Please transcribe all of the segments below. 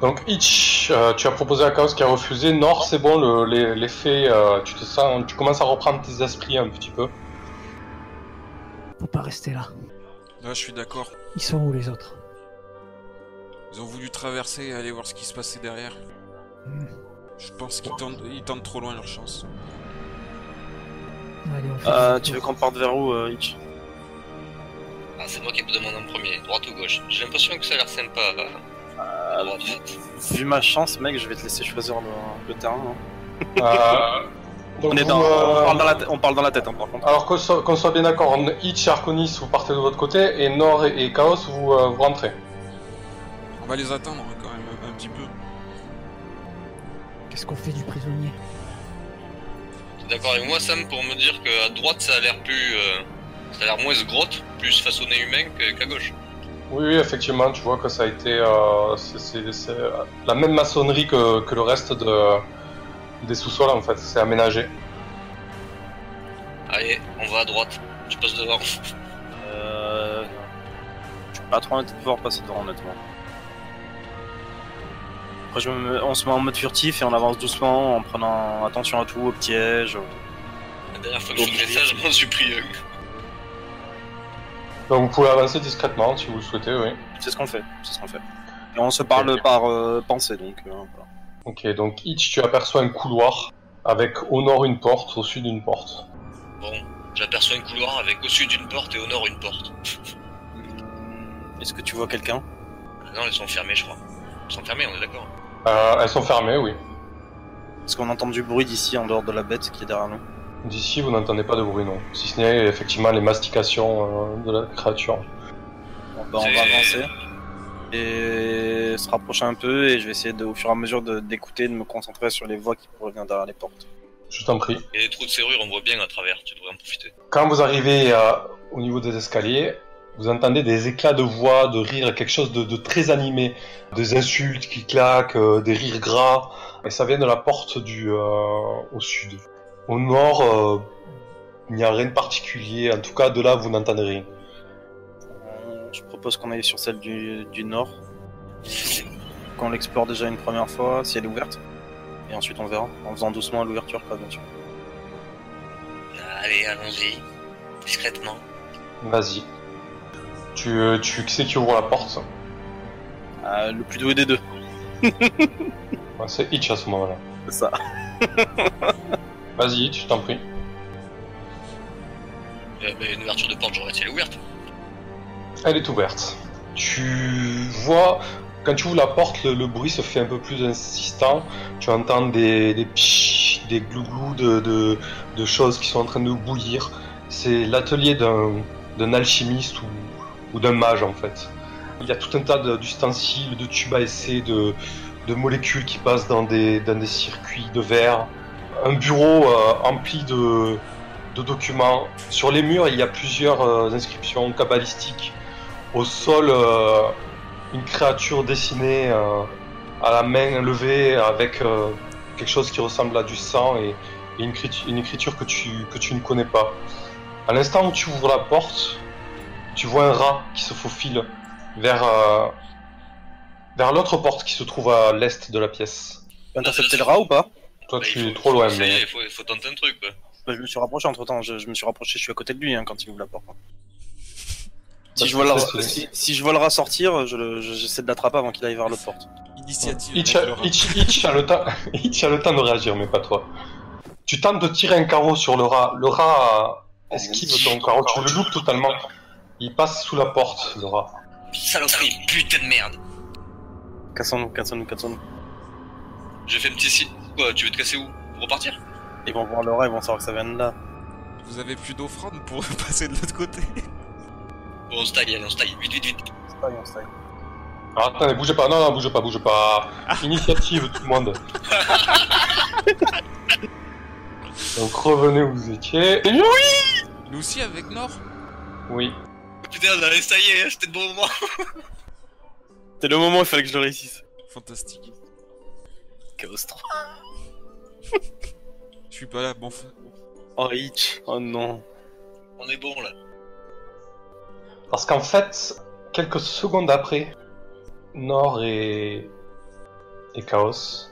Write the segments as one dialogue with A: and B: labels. A: Donc Itch, euh, tu as proposé à Chaos qui a refusé. Nord, c'est bon, le- les, les faits, euh, tu te sens, tu commences à reprendre tes esprits un petit peu.
B: Faut pas rester là.
C: Là, je suis d'accord.
B: Ils sont où les autres
C: Ils ont voulu traverser et aller voir ce qui se passait derrière.
B: Hmm.
C: Je pense qu'ils tentent, ils tentent trop loin leur chance.
B: Allez, on fait
D: Euh,
B: le
D: tu veux
B: tour.
D: qu'on parte vers où, euh, Hitch
E: Ah, c'est moi qui te demande en premier, droite ou gauche. J'ai l'impression que ça a l'air sympa. Euh, droite, droite.
D: Vu ma chance, mec, je vais te laisser choisir le, le terrain. hein.
A: Euh, donc
D: On, est
A: vous,
D: dans,
A: euh,
D: on, parle dans la tête- on parle dans la tête, hein, par contre.
A: Alors qu'on soit, qu'on soit bien d'accord, N- Hitch et Arconis, vous partez de votre côté, et Nord et, et Chaos, vous, euh, vous rentrez.
C: On va les attendre quand même un, un petit peu.
B: Qu'est-ce qu'on fait du prisonnier
E: T'es D'accord avec moi, Sam, pour me dire que à droite ça a l'air plus. euh, ça a l'air moins grotte, plus façonné humain que- qu'à gauche.
A: Oui, oui, effectivement, tu vois que ça a été euh, c'est- c'est- c'est, euh, la même maçonnerie que, que le reste de, des sous-sols, en fait, c'est aménagé.
E: Allez, on va à droite. Je passe devant.
D: Euh, je suis pas trop envie de pouvoir passer devant, honnêtement. Après, je me- on se met en mode furtif et on avance doucement en prenant attention à tout, aux pièges. aux-
E: La dernière fois que je faisais ça, je m'en suis pris un.
A: Donc vous pouvez avancer discrètement si vous le souhaitez, oui.
D: C'est ce qu'on fait, c'est ce qu'on fait. Et on se parle par euh, pensée, donc euh, voilà.
A: Ok, donc Hitch, tu aperçois un couloir avec au nord une porte, au sud une porte.
E: Bon, j'aperçois un couloir avec au sud une porte et au nord une porte.
D: Est-ce que tu vois quelqu'un
E: Non, ils sont fermés, je crois. Ils sont fermés, on est d'accord.
A: Euh, elles sont fermées, oui.
D: Est-ce qu'on entend du bruit d'ici, en dehors de la bête qui est derrière nous
A: D'ici, vous n'entendez pas de bruit, non. Si ce n'est effectivement les mastications euh, de la créature.
D: Bon, bah, on va avancer et se rapprocher un peu et je vais essayer de, au fur et à mesure de- d'écouter, de, me concentrer sur les voix qui proviennent derrière les portes.
A: Je t'en prie.
E: Et les trous de serrure, on voit bien à travers, tu devrais en profiter.
A: Quand vous arrivez euh, au niveau des escaliers, vous entendez des éclats de voix, de rire, quelque chose de, de très animé, des insultes qui claquent, euh, des rires gras, et ça vient de la porte du euh, au sud. Au nord, euh, il n'y a rien de particulier. En tout cas, de là, vous n'entendez rien.
D: Euh, Je propose qu'on aille sur celle du, du nord, qu'on l'explore déjà une première fois si elle est ouverte. Et ensuite on verra, en faisant doucement à l'ouverture, quoi, bien sûr.
E: Allez, allons-y. Discrètement.
A: Vas-y. Tu, euh, tu qui c'est qui ouvre la porte
D: Euh, le plus doué des deux,
A: Ouais, C'est Hitch à ce moment-là.
D: c'est ça.
A: Vas-y, Hitch, je t'en prie.
E: Euh, bah, une ouverture de porte, j'aurais été ouverte.
A: Elle est ouverte. Tu vois, quand tu ouvres la porte, le, le bruit se fait un peu plus insistant. Tu entends des, des pshhh, des glouglous de, de, de choses qui sont en train de bouillir. C'est l'atelier d'un d'un alchimiste ou, ou d'un mage en fait. Il y a tout un tas de- d'ustensiles, de tubes à essai, de, de molécules qui passent dans des, dans des circuits de verre. Un bureau euh, empli de, de documents. Sur les murs, il y a plusieurs euh, inscriptions kabbalistiques au sol euh, une créature dessinée euh, à la main levée avec euh, quelque chose qui ressemble à du sang et, et une, crit- une écriture que tu, que tu ne connais pas. À l'instant où tu ouvres la porte, tu vois un rat qui se faufile vers, euh, vers l'autre porte qui se trouve à l'est de la pièce.
D: Tu peux intercepter le rat ou pas
A: Toi,
E: Bah, il
A: tu es
E: faut-
A: trop loin,
E: faut essayer,
A: mais
E: faut, faut tenter un truc, quoi.
D: Bah, Je me suis rapproché entre temps, je, je me suis rapproché, je suis à côté de lui hein, quand il ouvre la porte.
A: Bah,
D: Si je, vois le,
A: c'est-
D: si, si je vois le rat sortir, je le- je- j'essaie de l'attraper avant qu'il aille vers l'autre porte.
C: Initiative.
A: Hitch,
C: avec le rat.
A: Hitch- Hitch a le temps, Hitch a le temps de réagir, mais pas toi. Tu tentes de tirer un carreau sur le rat. Le rat euh, esquive ton carreau. Tu le loupes totalement. Il passe sous la porte, le rat.
E: Saloperie, putain de merde.
D: Cassons-nous, cassons-nous, cassons-nous.
E: J'ai fait un petit si. Quoi, tu veux te casser où Pour repartir
D: Ils vont voir le rat, ils vont savoir que ça vient de là.
C: Vous avez plus d'offrande pour passer de l'autre côté.
E: Bon, on se taille, allez, on se taille. Vite, vite, vite.
D: C'est pas, on se taille.
A: Ah, attendez, bougez pas. Non, non, bougez pas, bougez pas.
C: Ah.
A: Initiative, tout le monde. Donc revenez où vous étiez. Oui.
C: Nous aussi avec Nord
A: Oui.
E: Putain, allez, ça y est, c'était le bon moment.
D: C'était le moment, il fallait que je le réussisse.
C: Fantastique.
D: Chaos 3.
C: Je suis pas là, bon. f-
D: Oh, Hitch. Oh non.
E: On est bon, là.
A: Parce qu'en fait, quelques secondes après, Nord et et Chaos,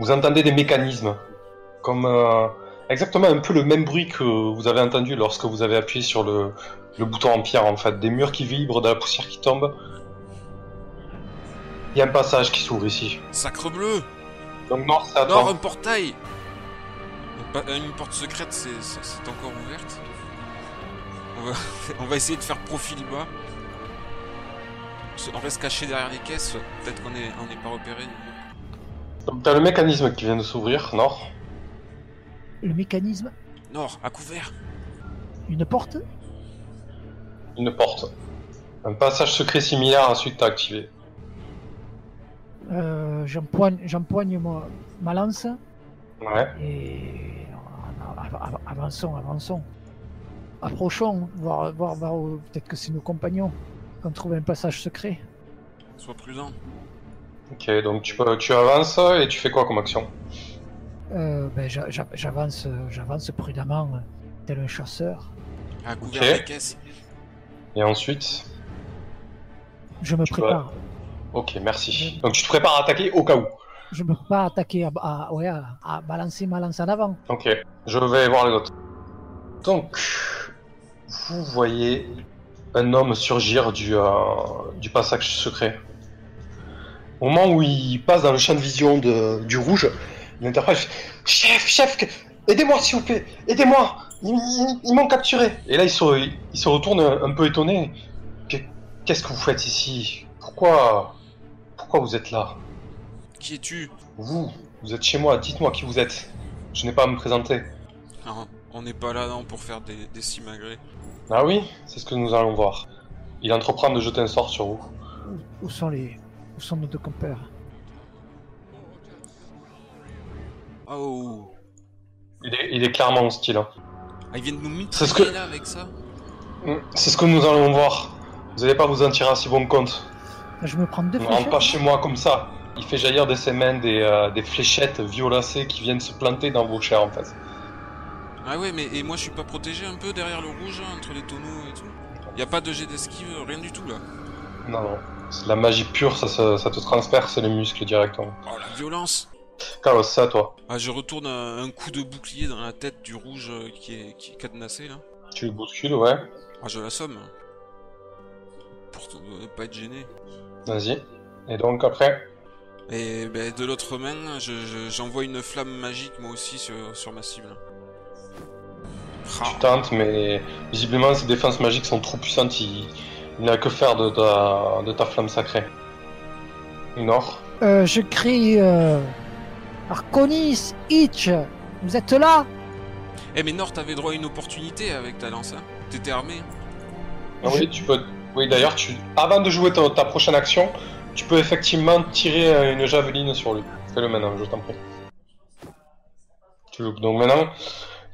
A: vous entendez des mécanismes, comme euh, exactement un peu le même bruit que vous avez entendu lorsque vous avez appuyé sur le, le bouton en pierre, en fait. Des murs qui vibrent, de la poussière qui tombe. Il y a un passage qui s'ouvre ici.
C: Sacre bleu
A: Donc Nord, ça
C: Nord,
A: attend.
C: un portail Une pa- Une porte secrète, c'est c'est- c'est encore ouverte. On va, on va essayer de faire profil bas. Se- On va se cacher derrière les caisses, peut-être qu'on n'est on est pas repéré.
A: Donc t'as le mécanisme qui vient de s'ouvrir, Nord.
B: Le mécanisme,
C: Nord, à couvert
B: une porte
A: Une porte. Un passage secret similaire ensuite à activer.
B: Euh, J'empoigne j'empoigne ma, ma lance
A: Ouais.
B: et av- av- avançons, avançons. Approchons, voir, voir, voir où- peut-être que c'est nos compagnons qu'on trouve un passage secret.
C: Sois prudent.
A: Ok, donc tu, peux- tu avances et tu fais quoi comme action
B: Euh, ben, j'a- j'a- J'avance j'avance prudemment, euh, tel un chasseur.
C: À couvert
A: Ok.
C: les caisses.
A: Et ensuite
B: Je me
A: Tu vas-
B: prépare.
A: Ok, merci. Donc tu te prépares à attaquer au cas où.
B: Je me prépare à attaquer, à, à- ouais, à- à balancer ma lance en avant.
A: Ok, je vais voir les autres. Donc, vous voyez un homme surgir du, euh, du passage secret. Au moment où il passe dans le champ de vision de- du rouge, il interprète Chef, chef, que- aidez-moi s'il vous plaît, aidez-moi, ils, ils- ils m'ont capturé. Et là, il se, il se retourne un, un peu étonné. Que- Qu'est-ce que vous faites ici Pourquoi, pourquoi vous êtes là
C: Qui es-tu
A: Vous, vous êtes chez moi, dites-moi qui vous êtes. Je n'ai pas à me présenter.
C: Non, on n'est pas là non pour faire des, des simagrées.
A: Ah oui, c'est ce que nous allons voir. Il entreprend de jeter un sort sur vous.
B: Où, où sont les, où sont nos deux compères
C: Oh
A: Il est, il est clairement hostile. hein.
C: Ah, ils viennent nous
A: C'est ce
C: mitrailler
A: que-
C: là avec ça
A: Mm, C'est ce que nous allons voir. Vous n'allez pas vous en tirer à si bon compte.
B: Je me prends deux
A: Ne rentre pas chez
B: fléchettes.
A: moi comme ça. Il fait jaillir de ses mains des, euh, des fléchettes violacées qui viennent se planter dans vos chairs en fait.
C: Ah ouais, mais et moi je suis pas protégé un peu derrière le rouge, hein, entre les tonneaux et tout Y a pas de jet d'esquive, rien du tout là.
A: Non, non. C'est de la magie pure, ça, se- ça te transperce les muscles directement.
C: Oh la violence
A: Carlos, c'est à toi.
C: Ah, je retourne un, un coup de bouclier dans la tête du rouge euh, qui est, qui est cadenassé là.
A: Tu le bouscules, ouais.
C: Ah, je l'assomme. Pour te- euh, pas être gêné.
A: Vas-y. Et donc après,
C: Et ben, de l'autre main, je- je- j'envoie une flamme magique moi aussi sur, sur ma cible.
A: tu
C: Ah,
A: tentes, mais visiblement ses défenses magiques sont trop puissantes. Il, il n'a que faire de ta, de ta flamme sacrée. Nord.
B: Euh, je crie euh, Arconis, Hitch, vous êtes là
C: Eh, mais Nord, t'avais droit à une opportunité avec ta lance. Hein. T'étais armé.
A: Ah oui, tu peux. Oui, d'ailleurs, tu... avant de jouer ta, ta prochaine action, tu peux effectivement tirer euh, une javeline sur lui. Fais-le maintenant, je t'en prie. Tu le- Donc maintenant,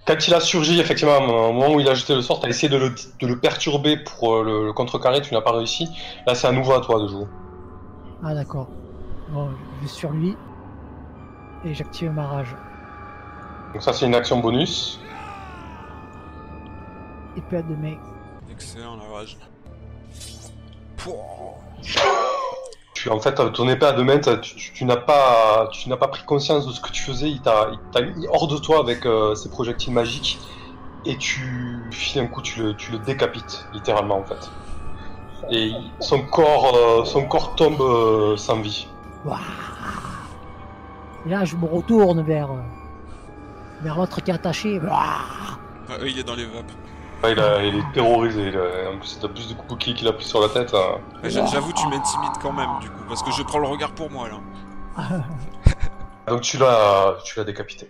A: quand il a surgi, effectivement, au moment où il a jeté le sort, t'as essayé de le, de le perturber pour euh, le, le contrecarrer, tu n'as pas réussi. Là, c'est à nouveau à toi de jouer.
B: Ah d'accord. Bon, je vais sur lui et j'active ma rage.
A: Donc ça, c'est une action bonus.
B: Épée à deux mains.
C: Excellent la rage. Pouah.
A: Tu, en fait, ton épée à deux mains, t'as- tu, tu- tu n'as pas, tu n'as pas pris conscience de ce que tu faisais. Il t'a, il t'a mis hors de toi avec euh, ses projectiles magiques, et tu files un coup, tu le, tu le décapites littéralement en fait. Et il- son corps, euh, son corps tombe euh, sans vie.
B: Waouh Et là je me retourne vers, euh, vers l'autre qui est attaché. Waouh
C: Ah, eux, il est dans les vapes.
A: Enfin, il, a- il est terrorisé. il a- en plus, t'as plus de coups de clé qu'il a pris sur la tête. hein.
C: Ouais, Eh, j'a- J'avoue, tu m'intimides quand même du coup, parce que je prends le regard pour moi là.
A: Donc tu l'as, tu l'as décapité,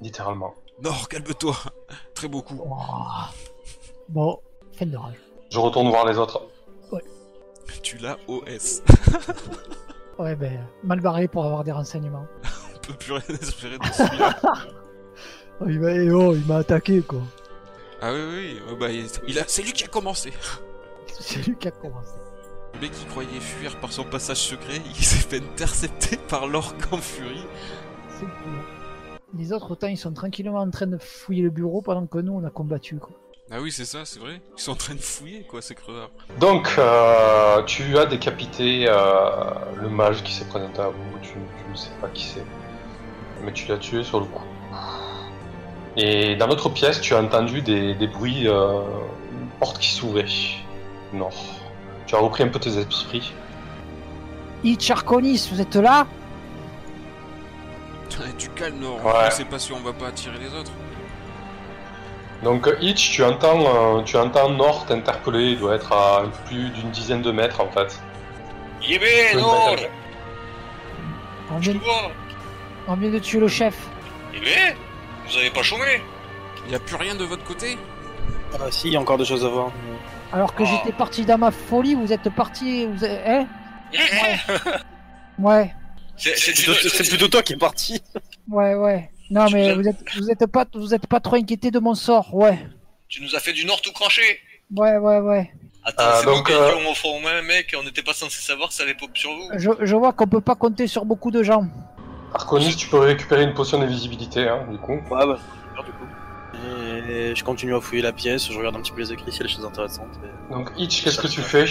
A: littéralement.
C: Nord, calme-toi. Très beau coup.
B: Waouh. Bon, fin de rage.
A: Je retourne voir les autres.
C: Tu l'as OS.
B: Ouais ben, mal barré pour avoir des renseignements.
C: On peut plus rien espérer de celui-là.
B: Oh, il m'a eh oh, il m'a attaqué quoi.
C: ah oui, oui, euh, bah, il- il a... c'est lui qui a commencé.
B: C'est lui qui a commencé.
C: Le mec qui croyait fuir par son passage secret, il s'est fait intercepter par l'orque en furie.
B: C'est fou. Les autres autant ils sont tranquillement en train de fouiller le bureau pendant que nous on a combattu quoi.
C: Ah oui, c'est ça, c'est vrai. Ils sont en train de fouiller, quoi, ces crevards.
A: Donc, euh, tu as décapité euh, le mage qui s'est présenté à vous, tu, tu ne sais pas qui c'est. Mais tu l'as tué sur le coup. Et dans l'autre pièce, tu as entendu des, des bruits, euh, une porte qui s'ouvrait. Nord. Tu as repris un peu tes esprits.
B: Icharconis, vous êtes là
C: Putain, du calme, Nord.
A: Ouais.
C: On sait pas si on va pas attirer les autres.
A: Donc, euh, Hitch, tu entends, euh, tu entends Nord t'interpeller, il doit être à un peu plus d'une dizaine de mètres en fait.
E: Yébé,
A: Oui,
E: non
A: d'accord.
B: on
E: Je
B: vient,
E: te vois
B: on vient de tuer le chef.
E: Yébé Vous avez pas chômé
C: Y a plus rien de votre côté
D: Ah si, il y a encore des choses à voir.
B: Alors que
E: Oh.
B: j'étais parti dans ma folie, vous êtes parti. Vous êtes- hein Ouais. ouais,
E: C'est
D: C'est
E: c'est
D: plutôt,
E: une-
D: c'est
E: c'est-
D: plutôt toi qui es parti.
B: ouais, ouais. Non,
E: Je
B: mais
E: vous
B: vous êtes, vous êtes pas, vous êtes pas trop inquiété de mon sort. Ouais,
E: Tu nous as fait du Nord tout craché
B: ouais, ouais, ouais.
E: Attends,
A: Ah,
E: c'est
A: donc,
E: donc,
A: euh,
E: au fond, ouais, mec, on n'était pas censé savoir que ça allait pop sur vous.
B: Je, je vois qu'on peut pas compter sur beaucoup de gens.
A: Arconis, tu peux récupérer une potion d'invisibilité, hein, du coup.
D: Ouais, bah, du coup. Et je continue à fouiller la pièce, je regarde un petit peu les écrits, s'il y a des choses intéressantes. et-
A: Donc, Hitch, qu'est-ce que tu fais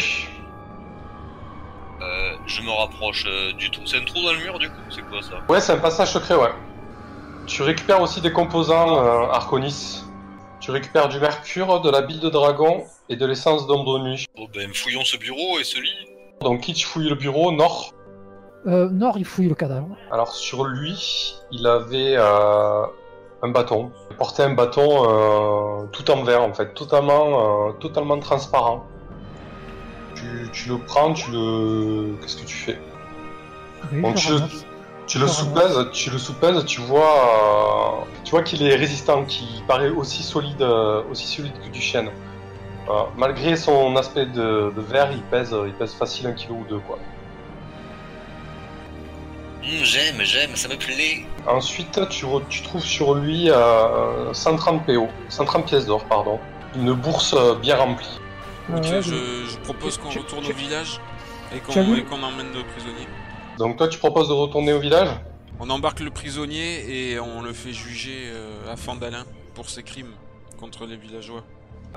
E: Euh, je me rapproche euh, du trou. C'est un trou dans le mur, du coup C'est quoi ça
A: Ouais, c'est un passage secret, ouais. Tu récupères aussi des composants, euh, Arconis. Tu récupères du mercure, de la bile de dragon et de l'essence d'ombre de nuit.
E: Bon, ben, fouillons ce bureau et ce lit.
A: Donc, Hitch fouille le bureau, Nord.
B: Euh, Nord, il fouille le cadavre.
A: Alors, sur lui, il avait euh, un bâton. Il portait un bâton euh, tout en verre, en fait, totalement, euh, totalement transparent. Tu, tu le prends, tu le. Qu'est-ce que tu fais
B: Oui,
A: Donc,
B: je
A: je-
B: ramasse.
A: Tu le
B: Ah,
A: soupèses, tu le soupèses, tu vois, euh, tu vois qu'il est résistant, qu'il paraît aussi solide, euh, aussi solide que du chêne. Voilà. malgré son aspect de, de verre, il pèse, il pèse facile un kilo ou deux quoi.
E: Hum, j'aime, j'aime, ça me plaît.
A: Ensuite, tu, re- tu trouves sur lui euh, 130 PO, 130 pièces d'or, pardon, une bourse euh, bien remplie.
B: Ah,
C: Ok,
B: ouais,
C: je, je propose qu'on
B: Tu- tu-
C: retourne au
B: tu-
C: village et qu'on
B: tu as vu
C: et qu'on emmène le prisonnier.
A: Donc toi, tu proposes de retourner au village
C: On embarque le prisonnier et on le fait juger euh, à Fandalin pour ses crimes contre les villageois.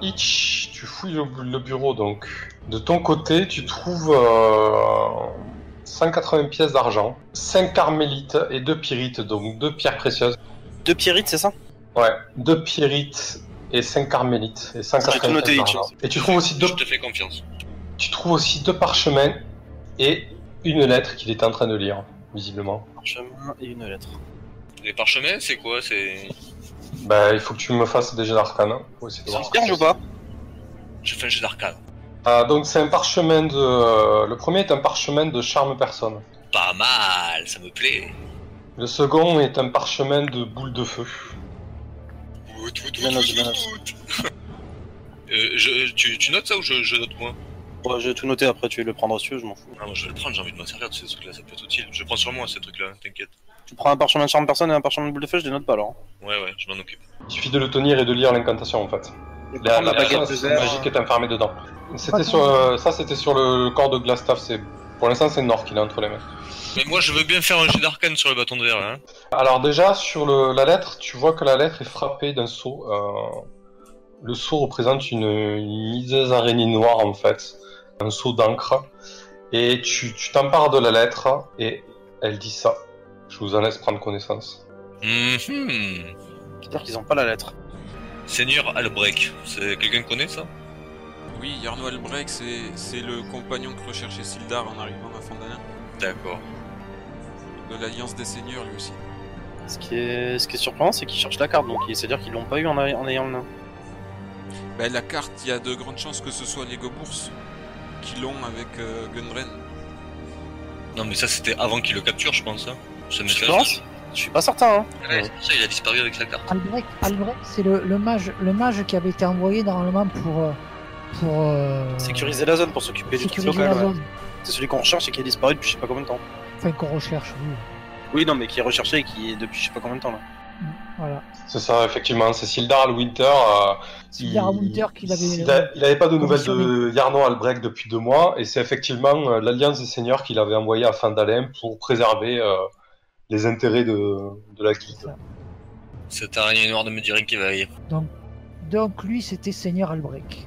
A: Hitch, tu fouilles le, le bureau donc. De ton côté, tu trouves euh, 180 pièces d'argent, 5 carmélites et 2 pyrites, donc 2 pierres précieuses.
D: Deux pierrites, c'est ça
A: Ouais, 2 pyrites et 5 carmélites et 180
D: noté,
A: pièces
D: Hitch.
A: d'argent. Et tu trouves aussi deux,
E: Je te fais confiance.
A: tu trouves aussi deux parchemins et une lettre qu'il était en train de lire, visiblement.
D: Un chemin et une lettre.
E: Les parchemins, c'est quoi C'est.
A: Bah, il faut que tu me fasses déjà l'arcane. hein, pour essayer de voir.
D: Vierge ou pas
E: Je fais un jeu d'arcade.
A: Ah, donc c'est un parchemin de. Le premier est un parchemin de charme personne.
E: Pas mal, ça me plaît.
A: Le second est un parchemin de boule de feu.
E: Out, out, out,
D: Bien noté,
E: out,
D: bien
E: out. Euh, je, tu, tu notes ça ou je, je note moi
D: Bon, j'ai tout noté, après tu veux le prendre sur, je m'en fous.
E: Ah, moi je vais le prendre, j'ai envie de m'en servir de ces trucs-là, ça peut être utile. Je prends sur moi ces trucs-là, hein, t'inquiète.
D: Tu prends un parchemin de charme personne et un parchemin de boule de feu, je les note pas alors. hein.
E: Ouais, ouais, je m'en occupe.
A: Il suffit de le tenir et de lire l'incantation en fait.
D: Je
A: La, la
D: prends ma Ah, baguette de
A: chose
D: verre.
A: magique est enfermée dedans. C'était
B: Attends.
A: sur, euh, ça c'était sur le, le corps de Glastaff, c'est pour l'instant c'est Nord qui l'a entre les mains.
E: Mais moi je veux bien faire un jet d'arcane sur le bâton de verre, hein.
A: Alors déjà sur le- la lettre, tu vois que la lettre est frappée d'un sceau. euh, le sceau représente une, une hideuse araignée noire en fait, un sceau d'encre. Et tu tu t'empares de la lettre et elle dit ça. Je vous en laisse prendre connaissance.
E: Mhm.
D: C'est-à-dire qu'ils ont pas la lettre.
E: Seigneur Albrecht, c'est quelqu'un qui connaît ça
C: Oui, Yarno Albrecht, c'est c'est le compagnon que recherchait Sildar en arrivant à Fandalin.
E: D'accord.
C: De l'Alliance des Seigneurs, lui aussi.
D: Ce qui est, ce qui est surprenant, c'est qu'ils cherchent la carte, donc c'est-à-dire qu'ils l'ont pas eu en, a- en ayant le nain.
C: Bah, la carte, il y a de grandes chances que ce soit les Gobours qui l'ont avec euh, Gundren.
E: Non mais ça c'était avant qu'il le capture, je pense. Hein. Ça me
D: Je
E: fait-
D: pense Je suis pas certain, hein.
E: Ouais, c'est pour ça, il a disparu avec sa carte.
B: Albrecht, Albrecht, c'est le, le mage, le mage qui avait été envoyé normalement pour euh, pour euh,
D: Sécuriser la zone pour s'occuper du truc
B: sécuriser la
D: local. ouais.
B: zone.
D: C'est celui qu'on recherche et qui a disparu depuis je sais pas combien de temps.
B: Enfin, qu'on recherche. oui.
D: Oui, non, mais qui est recherché et qui est depuis je sais pas combien de temps là.
B: Voilà.
A: C'est ça, effectivement, c'est Sildar Winter. euh,
B: C'est Sildar Winter qui l'avait- euh,
A: Il a- il avait pas de nouvelles de
B: commissionné.
A: Yarno Albrecht depuis deux mois, et c'est effectivement euh, l'Alliance des Seigneurs qui l'avait envoyé à Fandalem pour préserver euh, les intérêts de, de la guilde.
E: Cette araignée noire ne me dirait qu'il va y
B: Donc Donc lui, c'était Seigneur Albrecht.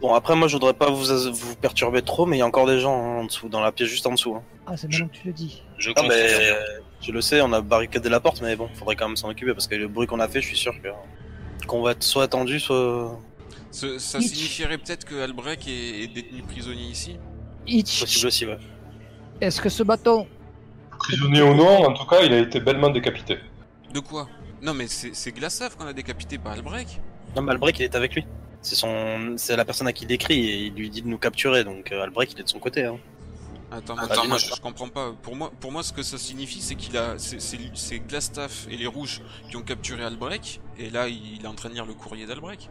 D: Bon, après, moi, je voudrais pas vous, as- vous perturber trop, mais il y a encore des gens hein, en dessous, dans la pièce juste en dessous. hein.
B: Ah, c'est maintenant que tu le dis.
E: Je
D: Ah,
E: confirme.
D: mais je le sais, on a barricadé la porte, mais bon, faudrait quand même s'en occuper parce que le bruit qu'on a fait, je suis sûr que qu'on va être soit attendu, soit.
C: Ce- ça
B: Itch.
C: signifierait peut-être que Albrecht est, est détenu prisonnier ici.
B: Itch,
D: Possible aussi, ouais.
B: est-ce que ce bâton...
A: Prisonnier ou non, en tout cas, il a été bellement décapité.
C: De quoi Non mais c'est c'est Glassav qu'on a décapité, pas Albrecht.
D: Non, mais Albrecht, il est avec lui. C'est son, c'est la personne à qui il écrit et il lui dit de nous capturer, donc euh, Albrecht, il est de son côté. Hein.
C: Attends,
D: Ah,
C: attends,
D: dis-moi,
C: moi,
D: je-
C: je, je comprends pas. Pour moi, pour moi, ce que ça signifie, c'est qu'il a, c'est- c'est c'est Glastaff et les Rouges qui ont capturé Albrecht, et là, il est en train de lire le courrier d'Albrecht.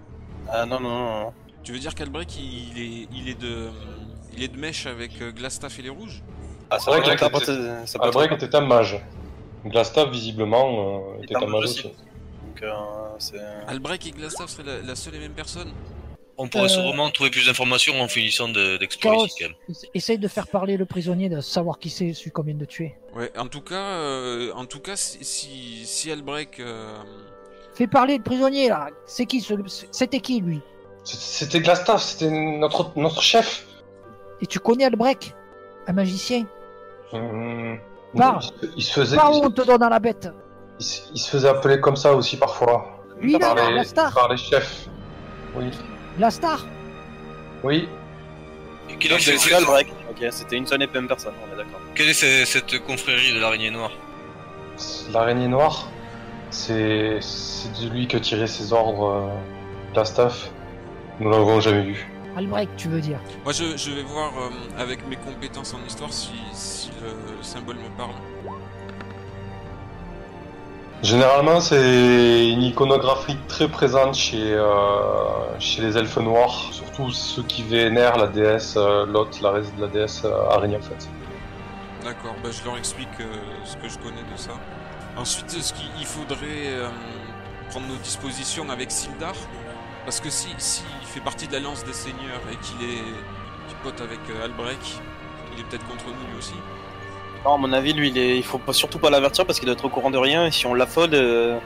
D: Ah non, non, non, non.
C: Tu veux dire qu'Albrecht, il, il est, il est de, il est de mèche avec euh, Glastaff et les Rouges
D: Ah, ça
A: Albrecht,
D: peut être
A: il
D: interprété- ça peut être-
A: Albrecht était un mage. Glastav, visiblement, euh,
D: Il
A: était un mage aussi.
D: Donc, euh, c'est-
C: Albrecht et Glastaff seraient la, la seule et même personne.
E: On pourrait
B: Euh,
E: sûrement trouver plus d'informations en finissant de- d'explorer
B: Chaos.
E: ici, quand même.
B: Essaye de faire parler le prisonnier, de savoir qui c'est, celui qu'on vient de tuer.
C: Ouais. En tout cas, euh, en tout cas, si, si, si Albrecht, euh,
B: Fais parler le prisonnier, là C'est qui ce... C'était qui, lui
A: C- C'était Glastav, c'était notre, notre chef.
B: Et tu connais Albrecht Un magicien
A: Hum,
B: Parle.
A: Il, se- il se faisait,
B: Par
A: il
B: où
A: se-
B: Bah. on te donne à la bête
A: il se- il se faisait appeler comme ça aussi parfois.
B: Lui, là,
A: par, les,
B: Glastav
A: par les chefs. Oui,
B: La star
A: oui.
E: Et quelle,
D: Donc,
E: est,
D: c'est
E: cette-
D: c'est Albrecht. Ok, c'était une seule et même personne, on est d'accord.
E: quelle est ce- cette confrérie de l'araignée noire
A: L'araignée noire, c'est c'est de lui que tirait ses ordres euh, Glastav. Nous l'avons jamais vu.
B: Albrecht, tu veux dire
C: moi, je, je vais voir euh, avec mes compétences en histoire si, si le, le symbole me parle.
A: Généralement, c'est une iconographie très présente chez, euh, chez les elfes noirs, surtout ceux qui vénèrent la déesse euh, Lot, la, ré- la déesse euh, araignée en fait.
C: D'accord, bah je leur explique euh, ce que je connais de ça. Ensuite, ce qu'il il faudrait euh, prendre nos dispositions avec Sildar, parce que si, si il fait partie de l'Alliance des Seigneurs et qu'il est qu'il pote avec euh, Albrecht, il est peut-être contre nous lui aussi.
D: Non, à mon avis, lui, il, est... il faut pas- surtout pas l'avertir parce qu'il doit être au courant de rien. Et si on l'affole, euh,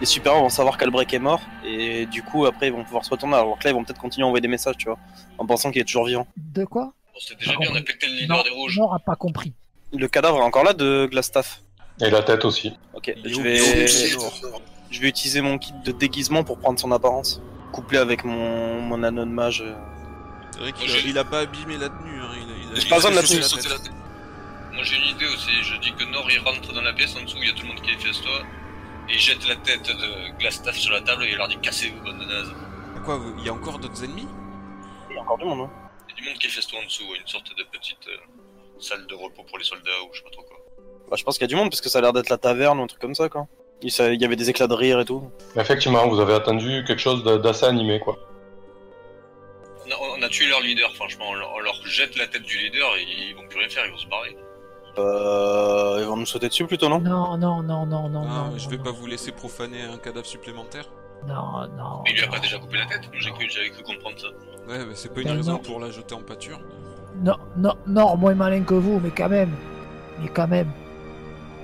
D: les supérieurs vont savoir qu'Albrecht est mort. Et du coup, après, ils vont pouvoir se retourner. Alors que là, ils vont peut-être continuer à envoyer des messages, tu vois, en pensant qu'il est toujours vivant.
B: De quoi
E: On s'est déjà
B: Ah, Non,
E: bien, on a pété le leader des rouges.
B: Nord a pas compris.
D: Le cadavre est encore là de Glastaff.
A: Et la tête aussi.
D: Ok,
C: Il est
D: je
C: où
D: vais...
C: Il est où
D: je vais utiliser mon kit de déguisement pour prendre son apparence, couplé avec mon, mon anneau de mage. euh.
C: C'est vrai qu'il
E: Moi,
C: a,
E: j'ai-
C: il a pas abîmé la tenue, hein, il a, il a-
D: J'ai
C: il
D: pas
C: a
D: besoin de la
C: sauté
D: tenue.
C: tête.
E: Moi j'ai une idée aussi, je dis que Nord il rentre dans la pièce en dessous, il y a tout le monde qui est festois, et il jette la tête de Glastaff sur la table et il leur dit cassez-vous, bande de nazes.
C: Quoi, vous- il y a encore d'autres ennemis
D: Il y a encore du monde, hein.
E: Il y a du monde qui est festois en dessous, une sorte de petite euh, salle de repos pour les soldats ou je sais pas trop quoi.
D: Bah, je pense qu'il y a du monde parce que ça a l'air d'être la taverne ou un truc comme ça, quoi. Il, ça- il y avait des éclats de rire et tout.
A: Effectivement, vous avez attendu quelque chose de- d'assez animé quoi.
E: On a, on a tué leur leader, franchement, on leur, on leur jette la tête du leader et ils vont plus rien faire, ils vont se barrer.
D: Euh, ils vont nous sauter dessus plutôt, non
B: Non, non, non, non, non,
C: Ah,
B: non.
C: Je vais
B: non,
C: pas vous laisser profaner un cadavre supplémentaire.
B: Non, non.
E: Mais il lui a
B: non.
E: pas déjà coupé la tête, Moi, j'ai cru- j'avais cru comprendre ça.
C: Ouais, mais c'est pas une
B: Ben
C: raison
B: non.
C: pour la jeter en pâture.
B: Non, non, non, moins malin que vous, mais quand même. Mais quand même.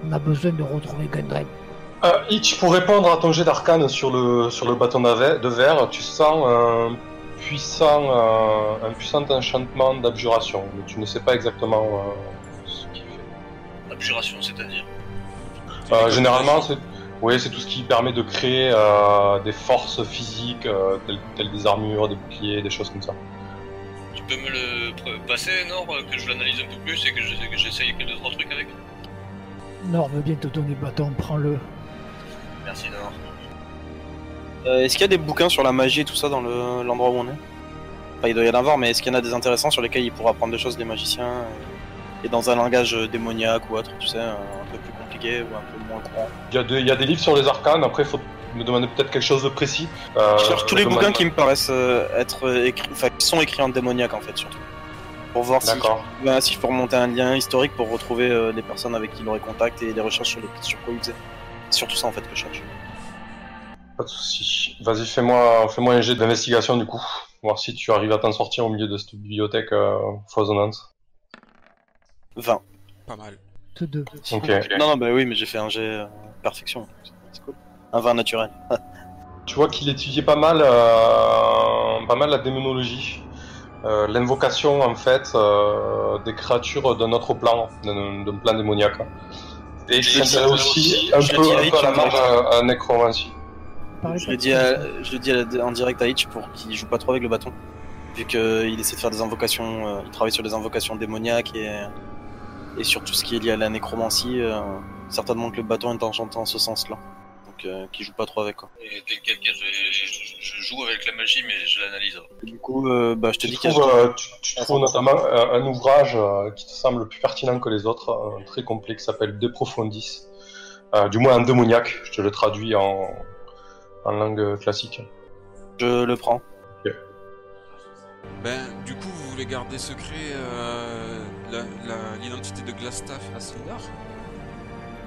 B: On a besoin de retrouver Gundren.
A: Euh, Hitch, pour répondre à ton jet d'arcane sur le, sur le bâton d'ave- de verre, tu sens un puissant, euh, un puissant enchantement d'abjuration, mais tu ne sais pas exactement euh, ce qu'il fait.
E: Abjuration, c'est-à-dire.
A: Euh, généralement, c'est oui, c'est tout ce qui permet de créer euh, des forces physiques, euh, telles, telles des armures, des boucliers, des choses comme ça.
E: Tu peux me le pre- passer, Nord, euh, que je l'analyse un peu plus et que je- que j'essaye que deux trois trucs avec
B: Nord veut bien te donner le bâton, prends-le.
E: Merci, Nord.
D: Euh, Est-ce qu'il y a des bouquins sur la magie et tout ça dans le- l'endroit où on est Enfin, il doit y en avoir, mais est-ce qu'il y en a des intéressants sur lesquels il pourra apprendre des choses des magiciens euh, et dans un langage euh, démoniaque ou autre, tu sais, euh, un peu plus compliqué ou un peu moins courant.
A: Il y, a des- il y a des livres sur les arcanes, après, il faut me demander peut-être quelque chose de précis. Euh,
D: Je cherche tous les
A: demande-
D: bouquins qui me paraissent euh, être euh, écrits, enfin qui sont écrits en démoniaque en fait surtout, pour voir si,
A: D'accord.
D: ben, si je peux remonter un lien historique pour retrouver euh, les personnes avec qui il aurait contact et les recherches sur, les, sur quoi il faisait. C'est surtout ça en fait que je cherche.
A: Pas de soucis. Vas-y, fais-moi fais un jet d'investigation du coup. Voir si tu arrives à t'en sortir au milieu de cette bibliothèque euh, foisonnante.
D: 20.
C: Pas mal.
B: Te deux.
A: Ok.
D: Non non bah oui mais j'ai fait un jet euh, perfection, c'est cool. Un 20 naturel.
A: tu vois qu'il étudiait pas mal, euh, pas mal la démonologie. Euh, L'invocation en fait euh, des créatures d'un autre plan, d'un d'un plan démoniaque. Et il s'intéresse aussi un peu, un peu à la marge à, à nécromancie.
B: Parlez
D: Je
B: pas
D: le
B: de
D: dis,
B: ça.
D: à- je le dis à- en direct à Hitch pour qu'il joue pas trop avec le bâton. Vu qu'il essaie de faire des invocations, euh, il travaille sur des invocations démoniaques et, et sur tout ce qui est lié à la nécromancie. euh, certainement que le bâton est enchanté en ce sens-là. Donc euh, qu'il joue pas trop avec quoi.
E: Et T'inquiète, je, je- je- je joue avec la magie, mais je l'analyse.
D: Et du coup, euh, bah, je te
A: Tu
D: dis qu'il y a-
A: trouves, euh, tu, tu trouves notamment un, un ouvrage euh, qui te semble plus pertinent que les autres, euh, très complet, qui s'appelle De Profundis. Euh, du moins en démoniaque, je te le traduis en, en langue classique. euh,
D: je le prends.
C: Ben, du coup, vous voulez garder secret euh, la- la- l'identité de Glastaff à Sildar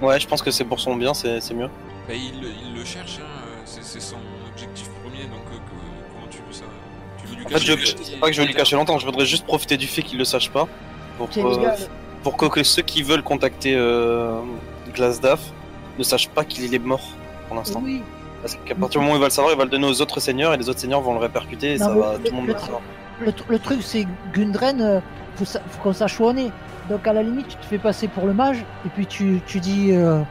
D: Ouais, je pense que c'est pour son bien, c'est c'est mieux.
C: Ben, il, il le cherche, hein, euh, c'est c'est son objectif premier, donc euh, que- comment tu veux ça Tu veux lui
D: En fait, je,
C: cacher
D: c'est pas que je vais lui cacher longtemps, je voudrais juste profiter du fait qu'il le sache pas. Pour,
B: Ok, les
D: euh,
B: gars,
D: pour que, que ceux qui veulent contacter euh, Glasdaf ne sachent pas qu'il est mort pour l'instant.
B: oui.
D: Parce qu'à partir du moment où il va le savoir, il va le donner aux autres seigneurs et les autres seigneurs vont le répercuter et
B: Non,
D: ça
B: mais
D: va,
B: le-
D: tout le monde
B: le-
D: va le savoir.
B: Le, tr- le truc, c'est Gundren, euh, faut, sa- faut qu'on sache où on est. Donc à la limite, tu te fais passer pour le mage, et puis tu, tu dis, euh,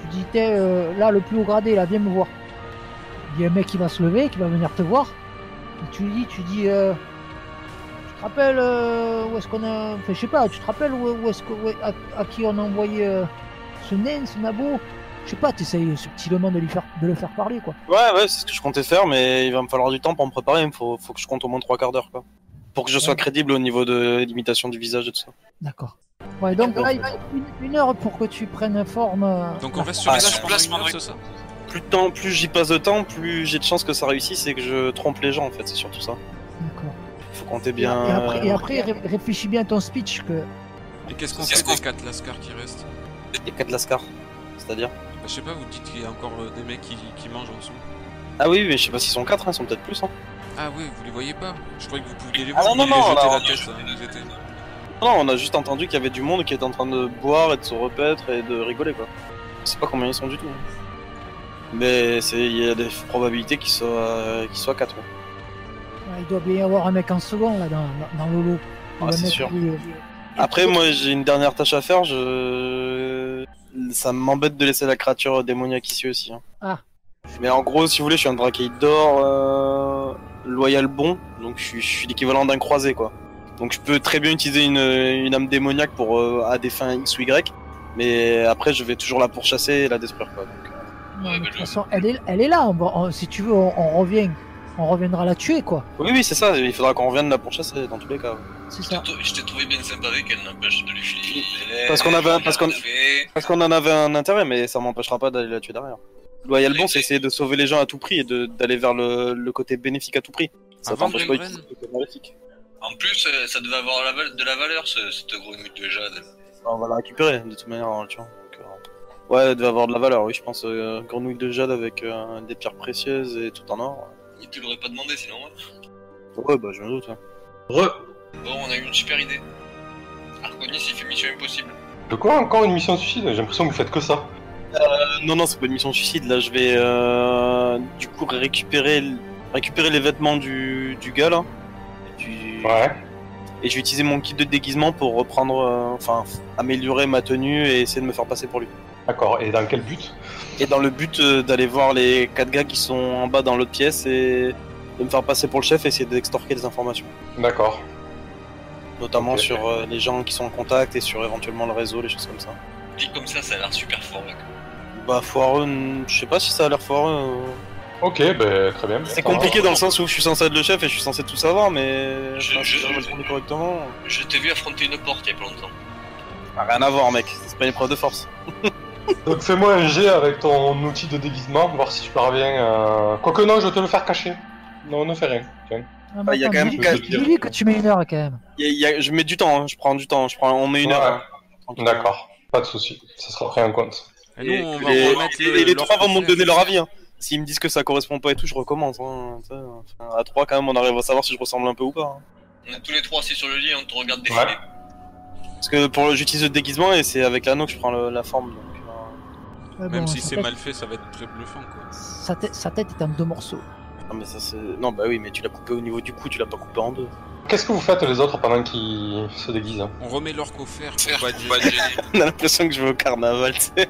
B: tu dis, t'es euh, là le plus haut gradé, là, viens me voir. Il y a un mec qui va se lever, qui va venir te voir. Et tu lui dis, tu dis, euh, tu te rappelles euh, où est-ce qu'on a, enfin je sais pas, tu te rappelles où, où est-ce que, où est- à, à qui on a envoyé euh, ce nain, ce nabo. Je sais pas, t'essayes subtilement de, lui faire, de le faire parler quoi.
D: Ouais, ouais, c'est ce que je comptais faire, mais il va me falloir du temps pour me préparer. Il me faut, faut que je compte au moins trois quarts d'heure, quoi. Pour que je sois
B: Ouais.
D: crédible au niveau de l'imitation du visage et tout ça.
B: D'accord. Ouais, donc
D: Bon.
B: là, il va une, une heure pour que tu prennes forme. euh,
C: Donc on reste
D: Ah,
C: sur
D: sur
C: place
E: place,
C: pendant une heure,
E: Mandrake.
C: c'est ça
D: Plus de temps, plus j'y passe de temps, plus j'ai de chances que ça réussisse et que je trompe les gens, en fait. C'est surtout ça.
B: D'accord.
D: Faut compter
B: Et
D: bien.
B: après, et après, ré- réfléchis bien à ton speech que
C: Et qu'est-ce qu'on
E: Qu'est-ce
C: fait
E: qu'on
C: des quatre Lascar qui restent
D: les quatre lascars. C'est-à-dire.
C: Bah, Je sais pas, vous dites qu'il y a encore euh, des mecs qui, qui mangent en dessous.
D: Ah oui, mais je sais pas s'ils sont quatre, hein, ils sont peut-être plus. Hein.
C: Ah oui, vous les voyez pas Je croyais que vous pouviez les
D: Ah
C: voir,
D: non,
C: vous
D: non,
C: les
D: non,
C: jetez
D: non,
C: la
D: non,
C: tête, hein, vous les jetez.
D: Non, on a juste entendu qu'il y avait du monde qui était en train de boire et de se repaître et de rigoler quoi. Je sais pas combien ils sont du tout. hein. Mais c'est- il y a des probabilités qu'ils soient, euh, qu'ils soient 4.
B: ouais, il doit bien y avoir un mec en second là dans, dans- dans le lot.
D: Ah,
B: Le
D: c'est
B: mec
D: sûr.
B: qui, euh,
D: Après, moi j'ai une dernière tâche à faire. Je... Ça m'embête de laisser la créature démoniaque ici aussi. hein.
B: Ah.
D: Mais en gros, si vous voulez, je suis un drakeïde d'or, euh, loyal bon, donc je suis, je suis l'équivalent d'un croisé quoi. Donc je peux très bien utiliser une, une âme démoniaque pour euh, à des fins X ou Y, mais après je vais toujours la pourchasser et la détruire quoi. Donc, euh,
B: non,
E: Ouais,
C: bah,
B: mais de
E: mais
B: toute
E: le-
B: façon, elle est, elle est là. on va- on- si tu veux, on, on revient, on reviendra la tuer quoi.
D: Oui, oui, c'est ça, il faudra qu'on revienne la pourchasser dans tous les cas.
B: C'est
E: Je t'ai
B: ça.
E: trou- je t'ai trouvé bien sympa avec elle, n'empêche de lui filer.
D: Parce qu'on avait un- parce qu'on-
E: avait-
D: Parce qu'on en avait un intérêt, mais ça m'empêchera pas d'aller la tuer derrière. Loyal bon, c'est essayer de sauver les gens à tout prix et de- d'aller vers le, le côté bénéfique à tout prix. Ça
C: Avant
D: t'empêche pas
C: Glenn
D: d'utiliser le côté maléfique.
E: En plus, euh, ça devait avoir la val- de la valeur, ce- cette grenouille de jade.
D: On va la récupérer de toute manière, hein, tu vois. Donc, euh, Ouais, elle devait avoir de la valeur, oui, je pense. euh, grenouille de jade avec euh, des pierres précieuses et tout en or.
E: Et tu l'aurais pas demandé sinon. hein.
D: Ouais, bah je me doute. ouais.
A: Re-
E: Bon, on a eu une super idée. Arconis, il fait mission impossible.
A: De quoi encore une mission suicide J'ai l'impression que vous faites que ça.
D: Euh, non, non, c'est pas une mission suicide. Là, je vais euh, du coup récupérer, l- récupérer les vêtements du, du gars là. Et puis,
A: Ouais.
D: et je vais utiliser mon kit de déguisement pour reprendre, euh, enfin, f- améliorer ma tenue et essayer de me faire passer pour lui.
A: D'accord. Et dans quel but
D: Et dans le but euh, d'aller voir les quatre gars qui sont en bas dans l'autre pièce et de me faire passer pour le chef et essayer d'extorquer des informations,
A: D'accord.
D: notamment
A: Ok.
D: sur euh, les gens qui sont en contact et sur éventuellement le réseau, les choses comme ça.
E: Dit comme ça, ça a l'air super fort. Là.
D: Bah foireux, n- je sais pas si ça a l'air foireux. euh.
A: Ok, ben très bien.
D: C'est
A: Ça va.
D: compliqué dans le sens où je suis censé être le chef et je suis censé tout savoir, mais
E: Je-
D: enfin, si
E: je-
D: j'arrive à le prendre correctement.
E: Je t'ai vu affronter une porte il y a pas longtemps.
D: Ah, rien à voir, mec. C'est pas une épreuve de force.
A: Donc fais-moi un jet avec ton outil de déguisement, voir si tu parviens. à... Quoique non, je vais te le faire cacher. Non, ne fais rien. Tiens.
B: Ah,
D: Ah, il y a
B: attends,
D: quand même
B: dis-
A: quatre-
B: dis-lui que tu mets une heure quand même.
D: Y a- y a- Je mets du temps, hein, je prends du temps, je prends, on met une
A: Ouais.
D: heure. hein, tranquille.
A: D'accord. Pas de souci. Ça sera pris en compte.
C: Et
D: Et
C: nous, on
D: que
C: va
D: les,
C: remettre
D: et
C: le-
D: les
C: leur
D: trois vont me
C: conseil à
D: donner
C: tous.
D: leur avis. hein. S'ils me disent que ça correspond pas et tout, je recommence. hein, tu sais. Enfin, à trois, quand même, on arrive à savoir si je ressemble un peu ou pas. hein.
E: On est tous les trois assis sur le lit et on te regarde
A: Ouais.
E: défiler.
D: Parce que pour le- j'utilise le déguisement et c'est avec l'anneau que je prends le- la forme. donc, euh,
B: Ouais,
C: Même
B: bon,
C: si
B: sa
C: c'est
B: tête-
C: mal fait, ça va être très bluffant quoi.
B: Sa, tête- sa tête est en deux morceaux.
D: Non, mais ça c'est. Non, bah oui, mais tu l'as coupé au niveau du cou, tu l'as pas coupé en deux.
A: Qu'est-ce que vous faites les autres pendant qu'ils se déguisent hein
C: On remet l'orque au fer
E: Faire
C: pour pas
E: pour
C: dire-
E: pas te gêner.
D: On a l'impression que je vais au carnaval, tu sais.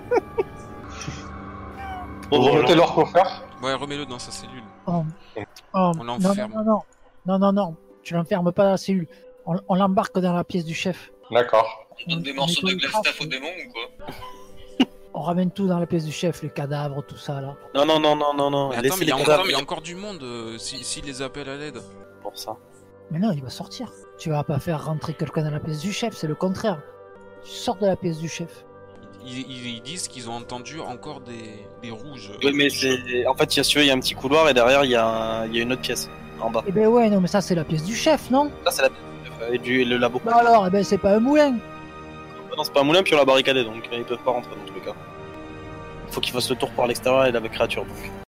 A: Vous
D: Oh,
A: remettez
D: non.
A: leur coiffeur
C: Ouais, remets-le dans sa cellule.
B: Oh. Oh,
C: On
B: non,
C: l'enferme.
B: Non, non, non, non, non, non. Tu l'enfermes pas dans la cellule. On, on l'embarque dans la pièce du chef.
A: D'accord.
E: On donne des morceaux de Glastaff au démon ou quoi
B: On ramène tout dans la pièce du chef, les cadavres, tout ça là.
D: Non, non, non, non, non, non.
C: Mais
D: laissez
C: attends, mais il
D: les
C: y a
D: cadavres
C: encore, il y a encore du monde euh, si- s'il les appelle à l'aide.
D: pour ça.
B: Mais non, il va sortir. Tu vas pas faire rentrer quelqu'un dans la pièce du chef, c'est le contraire. Tu sors de la pièce du chef.
C: Ils, ils- ils disent qu'ils ont entendu encore des, des rouges.
D: Oui, mais c'est. En fait, il y a, si tu veux, il y a un petit couloir et derrière, il y, a un- il y a une autre pièce en bas.
B: Eh ben ouais, non, mais ça c'est la pièce du chef, non
D: Là, c'est la euh, et du, et le labo.
B: Bah alors, eh ben c'est pas un moulin.
D: Non, c'est pas un moulin, puis on l'a barricadé, donc euh, ils peuvent pas rentrer dans tous les cas. Faut qu'ils fassent le tour par l'extérieur et la créature.